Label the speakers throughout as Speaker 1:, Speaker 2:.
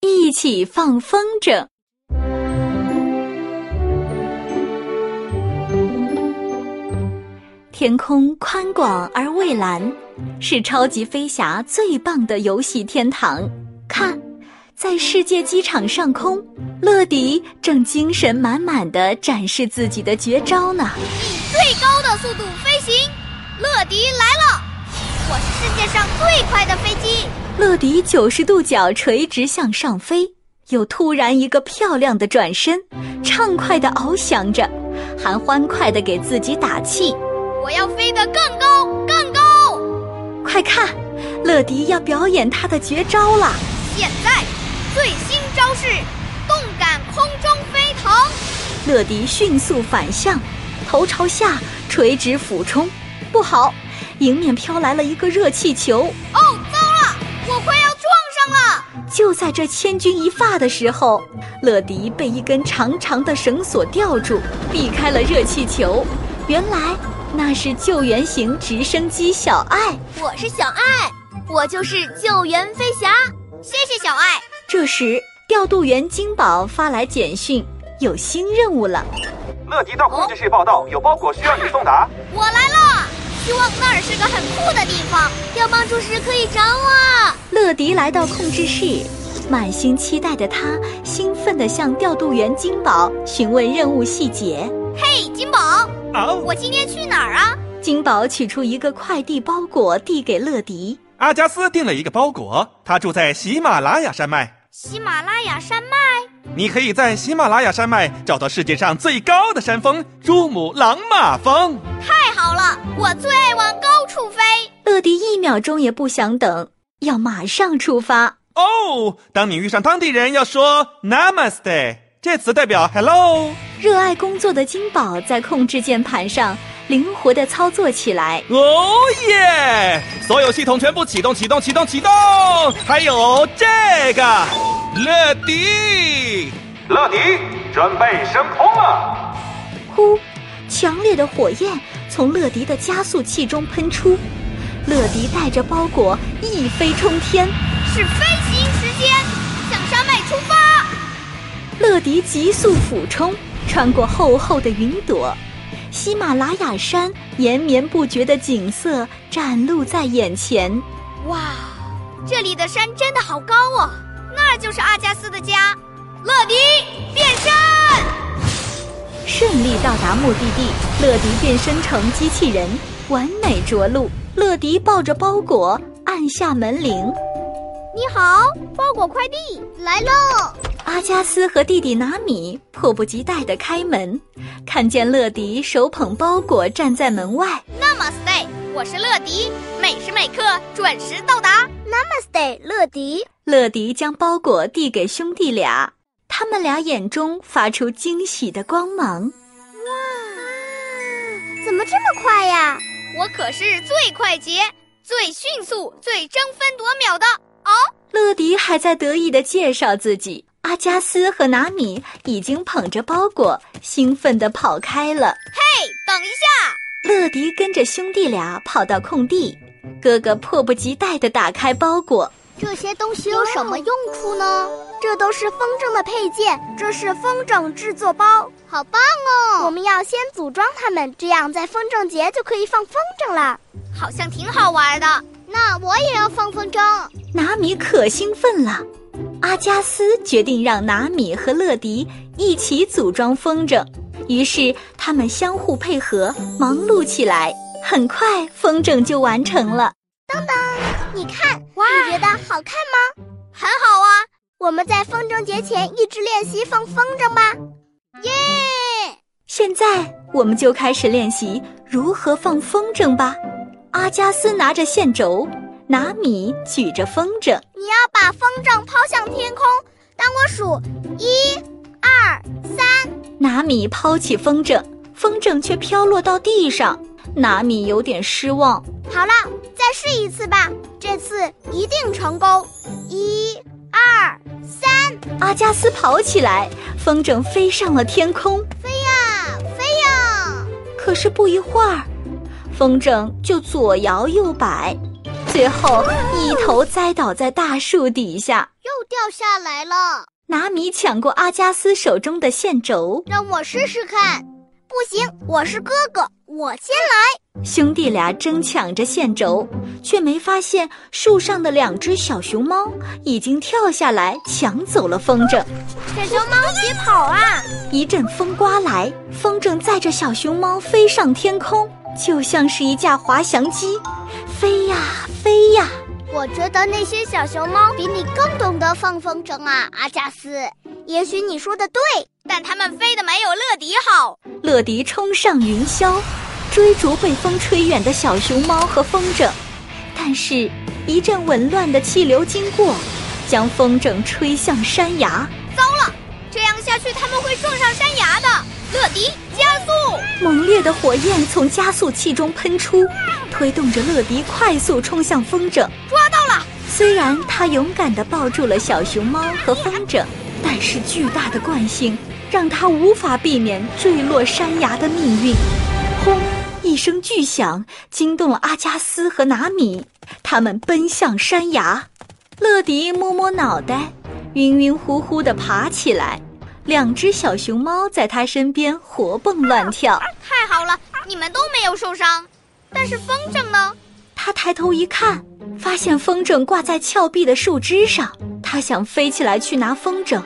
Speaker 1: 一起放风筝。天空宽广而蔚蓝，是超级飞侠最棒的游戏天堂。看，在世界机场上空，乐迪正精神满满的展示自己的绝招呢。
Speaker 2: 以最高的速度飞行，乐迪来了！我是世界上最快的飞机。
Speaker 1: 乐迪九十度角垂直向上飞，又突然一个漂亮的转身，畅快的翱翔着，还欢快的给自己打气。
Speaker 2: 我要飞得更高，更高！
Speaker 1: 快看，乐迪要表演他的绝招啦！
Speaker 2: 现在，最新招式——动感空中飞腾。
Speaker 1: 乐迪迅速反向，头朝下垂直俯冲，不好，迎面飘来了一个热气球。
Speaker 2: 哦，糟了，我快要撞上了！
Speaker 1: 就在这千钧一发的时候，乐迪被一根长长的绳索吊住，避开了热气球。原来那是救援型直升机小爱。
Speaker 3: 我是小爱，我就是救援飞侠。
Speaker 2: 谢谢小爱。
Speaker 1: 这时，调度员金宝发来简讯，有新任务了。
Speaker 4: 乐迪到控制室报道，有包裹需要你送达。
Speaker 2: 我来了，希望那儿是个很酷的地方，
Speaker 3: 要帮助时可以找
Speaker 2: 啊
Speaker 3: 我。
Speaker 1: 乐迪来到控制室，满心期待的他兴奋地向调度员金宝询问任务细节。
Speaker 2: 嘿，金宝，
Speaker 5: 哦
Speaker 2: 我今天去哪儿啊？
Speaker 1: 金宝取出一个快递包裹递给乐迪。
Speaker 5: 阿加斯订了一个包裹，他住在喜马拉雅山脉。
Speaker 2: 喜马拉雅山脉，
Speaker 5: 你可以在喜马拉雅山脉找到世界上最高的山峰——珠穆朗玛峰。
Speaker 2: 太好了，我最爱往高处飞。
Speaker 1: 乐迪一秒钟也不想等，要马上出发。
Speaker 5: 哦，当你遇上当地人，要说 Namaste，这词代表 Hello。
Speaker 1: 热爱工作的金宝在控制键盘上灵活地操作起来。
Speaker 5: 哦耶！所有系统全部启动，启动，启动，启动！还有这个，乐迪，
Speaker 4: 乐迪，准备升空了！
Speaker 1: 呼，强烈的火焰从乐迪的加速器中喷出，乐迪带着包裹一飞冲天。
Speaker 2: 是飞行时间，向山脉出发。
Speaker 1: 乐迪急速俯冲，穿过厚厚的云朵，喜马拉雅山延绵不绝的景色展露在眼前。
Speaker 2: 哇，这里的山真的好高哦，那儿就是阿加斯的家。乐迪变身，
Speaker 1: 顺利到达目的地，乐迪变身成机器人，完美着陆。乐迪抱着包裹按下门铃，
Speaker 2: 你好，包裹快递来喽！
Speaker 1: 阿加斯和弟弟拿米迫不及待地开门，看见乐迪手捧包裹站在门外。
Speaker 2: Namaste，我是乐迪，每时每刻准时到达。
Speaker 3: Namaste，乐迪。
Speaker 1: 乐迪将包裹递给兄弟俩，他们俩眼中发出惊喜的光芒。
Speaker 3: 啊怎么这么快呀？
Speaker 2: 我可是最快捷、最迅速、最争分夺秒的。哎
Speaker 1: 乐迪还在得意地介绍自己，阿加斯和拿米已经捧着包裹，兴奋地跑开了。
Speaker 2: 嘿，等一下，
Speaker 1: 乐迪跟着兄弟俩跑到空地，哥哥迫不及待地打开包裹。
Speaker 3: 这些东西有什么用处呢？这都是风筝的配件，这是风筝制作包，好棒哦！我们要先组装它们，这样在风筝节就可以放风筝了。
Speaker 2: 好像挺好玩的。
Speaker 3: 那我也要放风筝。
Speaker 1: 拿米可兴奋了，阿加斯决定让拿米和乐迪一起组装风筝，于是他们相互配合，忙碌起来。很快，风筝就完成了。
Speaker 3: 你看，你觉得好看吗？
Speaker 2: 很好啊，
Speaker 3: 我们在风筝节前一直练习放风筝吧。
Speaker 1: 现在，我们就开始练习如何放风筝吧。阿加斯拿着线轴，拿米举着风筝。
Speaker 3: 你要把风筝抛向天空，当我数一、二、三，
Speaker 1: 拿米抛起风筝，风筝却飘落到地上。拿米有点失望，
Speaker 3: 好了，再试一次吧，这次一定成功。一、二、三，
Speaker 1: 阿加斯跑起来，风筝飞上了天空。
Speaker 3: 呀，飞呀！
Speaker 1: 可是不一会儿，风筝就左摇右摆，最后一头栽倒在大树底下。
Speaker 3: 又掉下来了，
Speaker 1: 拿米抢过阿加斯手中的线轴，
Speaker 3: 让我试试看。不行，我是哥哥，我先来。
Speaker 1: 兄弟俩争抢着线轴，却没发现树上的两只小熊猫已经跳下来抢走了风筝。
Speaker 2: 小熊猫别跑啊！
Speaker 1: 一阵风刮来，风筝载着小熊猫飞上天空，就像是一架滑翔机，飞呀飞呀。
Speaker 3: 我觉得那些小熊猫比你更懂得放风筝啊，阿加斯。也许你说的对，
Speaker 2: 但它们飞得没有乐迪好。
Speaker 1: 乐迪冲上云霄，追逐被风吹远的小熊猫和风筝，但是，一阵紊乱的气流经过，将风筝吹向山崖。
Speaker 2: 糟了，这样下去他们会撞上山崖的。乐迪，加速！
Speaker 1: 猛烈的火焰从加速器中喷出，推动着乐迪快速冲向风筝。
Speaker 2: 抓到了！
Speaker 1: 虽然他勇敢地抱住了小熊猫和风筝，但是巨大的惯性让他无法避免坠落山崖的命运。轰！一声巨响惊动了阿加斯和拿米，他们奔向山崖。乐迪摸摸脑袋，晕晕乎乎地爬起来。两只小熊猫在他身边活蹦乱跳。
Speaker 2: 太好了，你们都没有受伤。但是风筝呢？
Speaker 1: 他抬头一看，发现风筝挂在峭壁的树枝上。他想飞起来去拿风筝，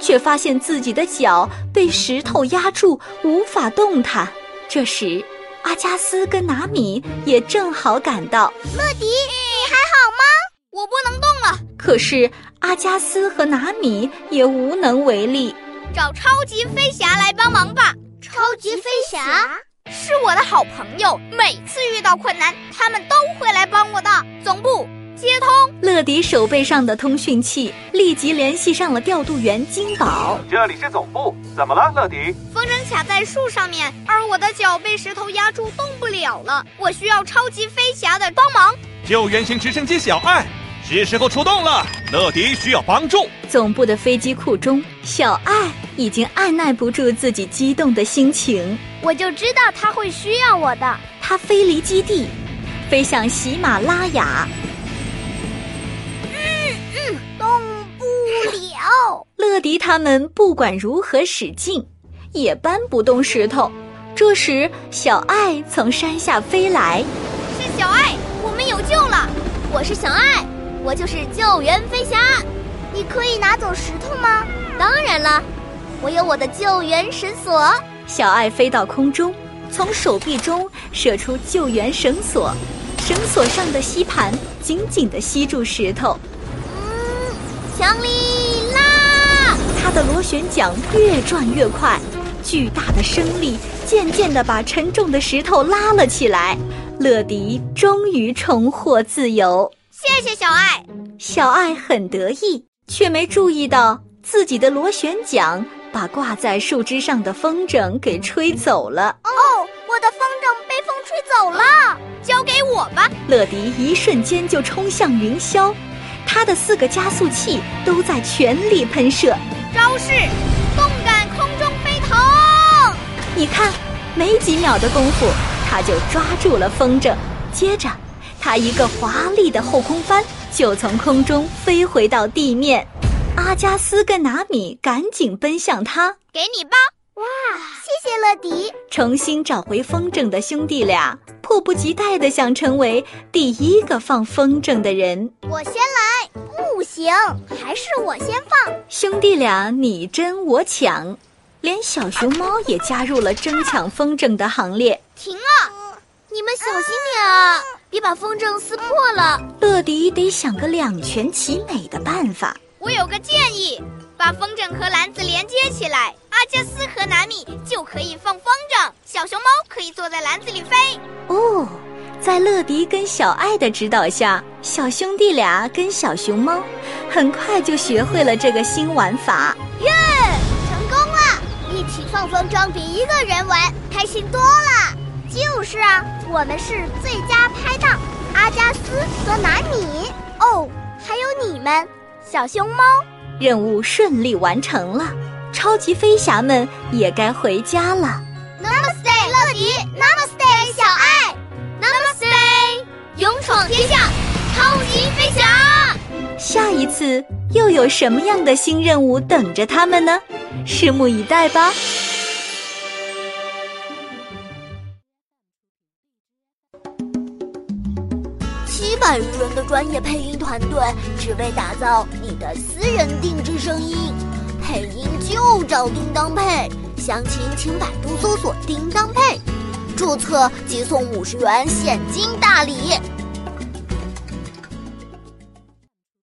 Speaker 1: 却发现自己的脚被石头压住，无法动弹。这时，阿加斯跟拿米也正好赶到。
Speaker 3: 乐迪，你还好吗？
Speaker 2: 我不能动了，
Speaker 1: 可是阿加斯和拿米也无能为力。
Speaker 2: 找超级飞侠来帮忙吧。
Speaker 3: 超级飞侠
Speaker 2: 是我的好朋友，每次遇到困难，他们都会来帮我的。总部接通，
Speaker 1: 乐迪手背上的通讯器立即联系上了调度员金宝。
Speaker 4: 这里是总部，怎么了，乐迪？
Speaker 2: 风筝卡在树上面，而我的脚被石头压住，动不了了。我需要超级飞侠的帮忙。
Speaker 5: 救援型直升机小爱，是时候出动了。乐迪需要帮助。
Speaker 1: 总部的飞机库中，小爱已经按耐不住自己激动的心情，
Speaker 2: 我就知道他会需要我的。
Speaker 1: 她飞离基地，飞向喜马拉雅。
Speaker 3: 动不了。
Speaker 1: 乐迪他们不管如何使劲，也搬不动石头。这时，小爱从山下飞来，
Speaker 2: 是小爱，我们有救了。
Speaker 3: 我是小爱，我就是救援飞侠。你可以拿走石头吗？当然了，我有我的救援绳索。
Speaker 1: 小爱飞到空中，从手臂中射出救援绳索，绳索上的吸盘紧紧地吸住石头，
Speaker 3: 嗯，强力拉！
Speaker 1: 它的螺旋桨越转越快，巨大的升力渐渐地把沉重的石头拉了起来。乐迪终于重获自由，
Speaker 2: 谢谢小爱。
Speaker 1: 小爱很得意，却没注意到自己的螺旋桨把挂在树枝上的风筝给吹走了。
Speaker 3: 哦，我的风筝被风吹走了。
Speaker 2: 交给我吧，
Speaker 1: 乐迪一瞬间就冲向云霄，他的四个加速器都在全力喷射。
Speaker 2: 招式，动感空中飞腾。
Speaker 1: 你看，没几秒的功夫，他就抓住了风筝，接着他一个华丽的后空翻，就从空中飞回到地面。阿加斯跟拿米赶紧奔向他，
Speaker 2: 给你吧，
Speaker 3: 谢谢乐迪。
Speaker 1: 重新找回风筝的兄弟俩迫不及待地想成为第一个放风筝的人。
Speaker 3: 我先来，不行，还是我先放。
Speaker 1: 兄弟俩你争我抢，连小熊猫也加入了争抢风筝的行列。
Speaker 2: 停啊！
Speaker 3: 嗯你们小心点啊，别把风筝撕破了。
Speaker 1: 乐迪得想个两全其美的办法。
Speaker 2: 我有个建议，把风筝和篮子连接起来，啊阿加斯和南米就可以放风筝，小熊猫可以坐在篮子里飞。
Speaker 1: 哦，在乐迪跟小爱的指导下，小兄弟俩跟小熊猫很快就学会了这个新玩法。
Speaker 3: 成功了！一起放风筝比一个人玩开心多了。就是啊，我们是最佳拍档，阿加斯和南米。哦，还有你们，小熊猫。
Speaker 1: 任务顺利完成了，超级飞侠们也该回家了。
Speaker 3: Namaste，乐迪。Namaste，小爱。
Speaker 2: Namaste，勇闯天下，超级飞侠。
Speaker 1: 下一次又有什么样的新任务等着他们呢？拭目以待吧。
Speaker 3: 七百余人的专业配音团队，只为打造你的私人定制声音。配音就找叮当配，详情请百度搜索“叮当配”，注册即送五十元现金大礼。